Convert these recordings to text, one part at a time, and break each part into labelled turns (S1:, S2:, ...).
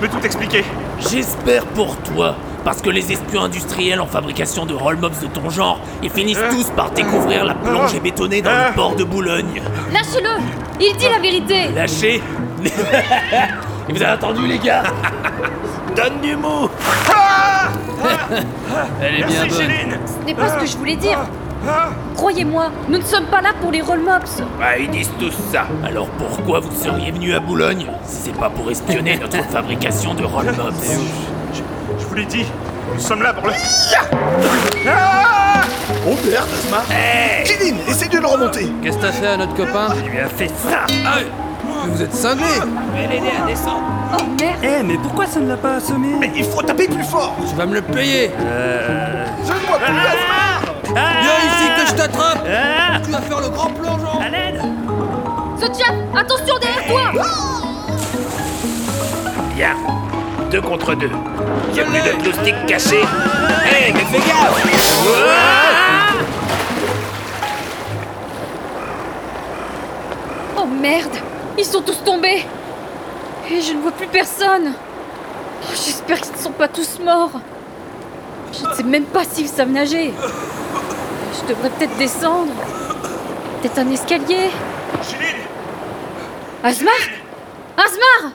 S1: peux tout expliquer.
S2: J'espère pour toi, parce que les espions industriels en fabrication de roll mobs de ton genre, ils finissent tous par découvrir la plongée bétonnée dans le port de Boulogne.
S3: Lâchez-le Il dit la vérité
S2: Lâché Et Vous avez entendu les gars Donne du mot Elle est bien
S1: Merci,
S2: bonne.
S1: Chéline
S3: Ce n'est pas ce que je voulais dire Croyez-moi, nous ne sommes pas là pour les roll-mops
S4: Bah, ils disent tous ça.
S2: Alors pourquoi vous seriez venu à Boulogne si c'est pas pour espionner notre fabrication de roll mobs
S1: Je vous l'ai dit, nous sommes là pour le.
S5: Oh merde, Asma Eh, Céline, essaie de le remonter
S6: Eh, Qu'est-ce que t'as fait à notre copain
S2: Eh
S4: Il lui a fait ça.
S6: Mais Vous êtes cinglés
S3: Oh merde
S7: Eh, mais pourquoi ça ne l'a pas assommé
S5: Mais il faut taper plus fort
S6: Tu vas me le payer
S5: Je ne vois plus
S1: Ah,
S5: Asma
S6: Viens ici que je t'attrape
S5: Eh.
S2: Ah,
S6: Tu vas faire le grand plongeon
S3: Sotia, attention derrière toi
S4: Bien. Deux contre deux.
S6: Je
S4: Plus
S6: l'ai.
S4: de plastique caché. Eh, mais fais gaffe
S3: Oh merde Ils sont tous tombés Et je ne vois plus personne Oh, J'espère qu'ils ne sont pas tous morts Je ne sais même pas s'ils savent nager Je devrais peut-être descendre Peut-être un escalier
S1: Chéline
S3: Asmar Asmar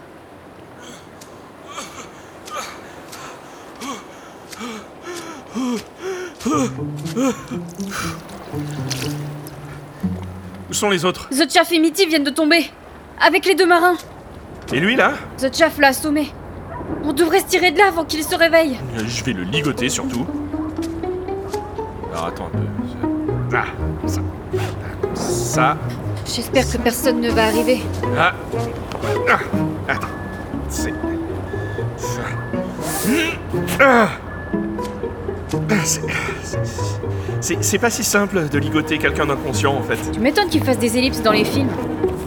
S1: Où sont les autres
S3: The Chaff et Mitty viennent de tomber Avec les deux marins
S1: Et lui là
S3: The Chaff l'a assommé On devrait se tirer de là avant qu'il se réveille
S1: Euh, Je vais le ligoter surtout. Alors attends un peu. Ah, ça. Ça.
S3: J'espère que personne ne va arriver.
S1: Ah. Ah. Attends. C'est. Ça. Ah. Ah, c'est- c'est- C'est c'est pas si simple de ligoter quelqu'un d'inconscient en fait.
S3: Tu m'étonnes qu'il fasse des ellipses dans les films.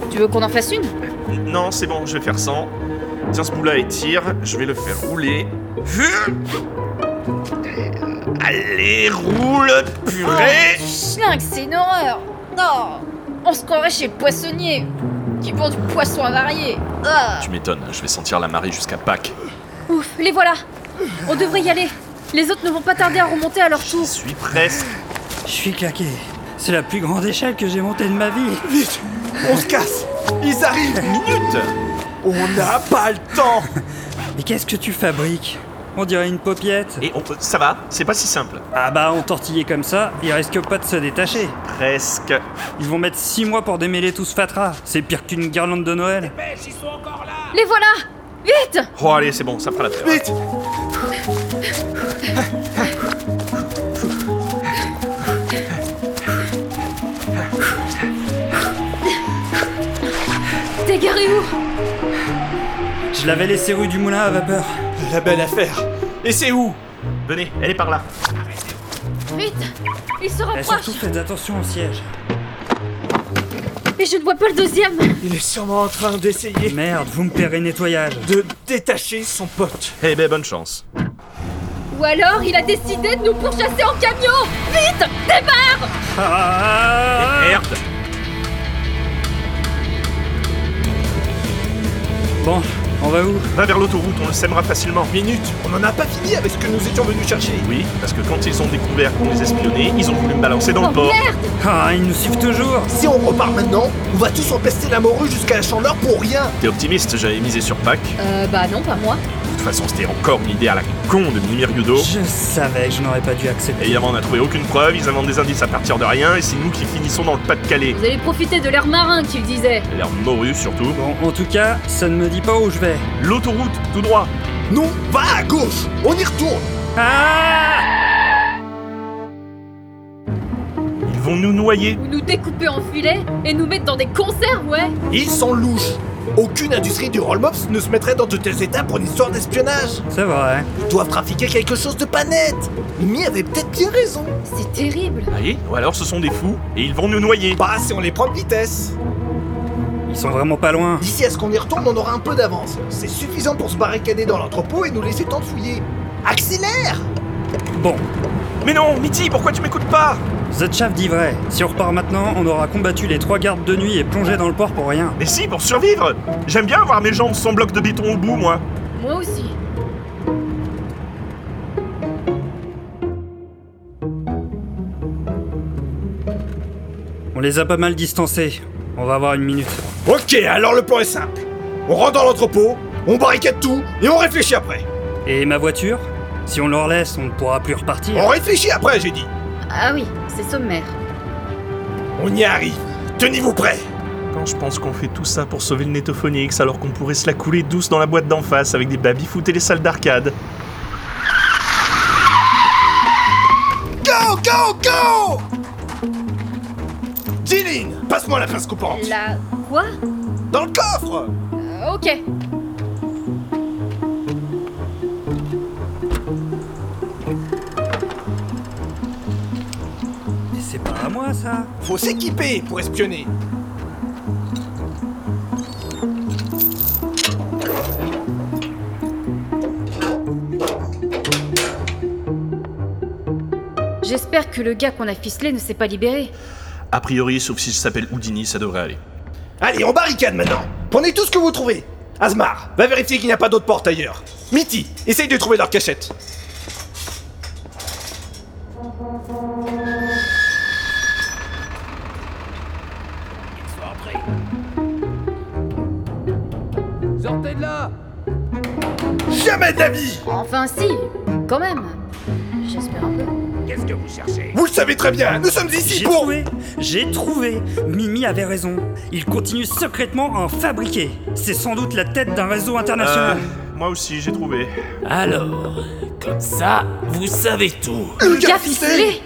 S3: Tu veux qu'on en fasse une
S1: Non, c'est bon, je vais faire sans. Tiens ce bout-là et tire, je vais le faire rouler. Euh,
S4: Allez, roule, purée
S3: Schlingue, c'est une horreur Non On se croirait chez le poissonnier qui vend du poisson avarié
S1: Tu m'étonnes, je vais sentir la marée jusqu'à Pâques.
S3: Ouf, les voilà On devrait y aller Les autres ne vont pas tarder à remonter à leur tour.
S1: Je suis presque.
S7: Je suis claqué. C'est la plus grande échelle que j'ai montée de ma vie.
S5: On se casse Ils arrivent Minute On n'a pas le temps
S7: Mais qu'est-ce que tu fabriques On dirait une paupiette.
S1: Et on peut- ça va, c'est pas si simple.
S7: Ah bah, on tortillait comme ça, il risque pas de se détacher.
S1: Presque.
S7: Ils vont mettre 6 mois pour démêler tout ce fatras. C'est pire qu'une guirlande de Noël.
S3: Les voilà Vite
S1: Oh allez, c'est bon, ça fera l'affaire.
S5: Vite
S3: T'es garé où
S7: Je l'avais laissé rue du Moulin à vapeur.
S5: La belle affaire Et c'est où
S1: Venez, elle est par là.
S3: Vite Ils se
S1: Eh,
S7: Et
S3: rapprochent
S7: Eh, surtout, faites attention au siège.
S3: Mais je ne vois pas le deuxième
S5: Il est sûrement en train d'essayer
S7: Merde, vous me paierez nettoyage.
S5: de détacher son pote.
S1: Eh ben bonne chance.
S3: Ou alors il a décidé de nous pourchasser en camion Vite Démarre
S7: Ah
S1: Merde
S7: bon, on va où
S1: Va vers l'autoroute, on le sèmera facilement.
S5: Minute On n'en a pas fini avec ce que nous étions venus chercher.
S1: Oui, parce que quand ils ont découvert qu'on les espionnait, ils ont voulu me balancer dans
S3: Oh
S1: le port.
S3: merde
S7: Ah, ils nous suivent toujours.
S5: Si on repart maintenant, on va tous empester la morue jusqu'à la chandeleur pour rien.
S1: T'es optimiste, j'avais misé sur Pâques.
S3: Euh bah non, pas moi.
S1: De toute façon, c'était encore une idée à la con de Mimir Yudo.
S7: Je savais que je n'aurais pas dû accepter.
S1: Évidemment, on n'a trouvé aucune preuve, ils inventent des indices à partir de rien, et c'est nous qui finissons dans le Pas-de-Calais.
S3: Vous allez profiter de l'air marin qu'il disait.
S1: L'air morue surtout.
S7: Bon, en tout cas, ça ne me dit pas où je vais.
S1: L'autoroute, tout droit.
S5: Non, va à gauche On y retourne
S7: Ah
S1: Ils vont nous noyer.
S3: Ou nous découper en filets et nous mettre dans des conserves, ouais
S5: Ils sont louches Aucune industrie du roll-mops ne se mettrait dans de tels états pour une histoire d'espionnage
S7: C'est vrai.
S5: Ils doivent trafiquer quelque chose de pas net Mimi avait peut-être bien raison
S3: C'est terrible.
S5: Ah
S1: Allez, ou alors ce sont des fous, et ils vont nous noyer.
S5: Bah, si on les prend de vitesse
S7: Ils sont vraiment pas loin.
S5: D'ici à ce qu'on y retourne, on aura un peu d'avance. C'est suffisant pour se barricader dans l'entrepôt et nous laisser tant de fouiller. Accélère
S7: Bon,
S1: Mais non, Mitty, pourquoi tu m'écoutes pas
S7: The Chaff dit vrai. Si on repart maintenant, on aura combattu les trois gardes de nuit et plongé dans le port pour rien.
S1: Mais si, pour survivre J'aime bien voir mes jambes sans bloc de béton au bout, moi.
S3: Moi aussi.
S7: On les a pas mal distancés. On va avoir une minute.
S5: Ok, alors le plan est simple. On rentre dans l'entrepôt, on barricade tout et on réfléchit après.
S7: Et ma voiture Si on leur laisse, on ne pourra plus
S5: On
S7: repartir.
S5: réfléchit après, j'ai dit.
S3: Ah oui, c'est sommaire.
S5: On y arrive. Tenez-vous prêts.
S1: Quand je pense qu'on fait tout ça pour sauver le Netophonix alors qu'on pourrait se la couler douce dans la boîte d'en face avec des baby-foot et les salles d'arcade.
S5: Go, go, go Jilin, passe-moi la pince coupante.
S3: La quoi
S5: Dans le coffre
S3: Euh, Ok.
S7: Mais C'est pas à moi ça
S5: Faut s'équiper pour espionner.
S3: J'espère que le gars qu'on a ficelé ne s'est pas libéré.
S1: A priori, sauf si je s'appelle Houdini, ça devrait aller.
S5: Allez, on barricade maintenant. Prenez tout ce que vous trouvez. Asmar, va vérifier qu'il n'y a pas d'autres portes ailleurs. Mitty, essaye de trouver leur cachette.
S6: Sortez de là
S5: Jamais de la vie
S3: Enfin si, quand même. J'espère un peu.
S4: Qu'est-ce que vous cherchez
S5: Vous le savez très bien, nous sommes ici
S7: J'ai
S5: pour...
S7: trouvé J'ai trouvé Mimi avait raison. Il continue secrètement à en fabriquer. C'est sans doute la tête d'un réseau
S1: Euh,
S7: international.
S1: moi aussi, j'ai trouvé.
S2: Alors, comme ça, vous savez tout.
S5: Le
S3: gars ficelé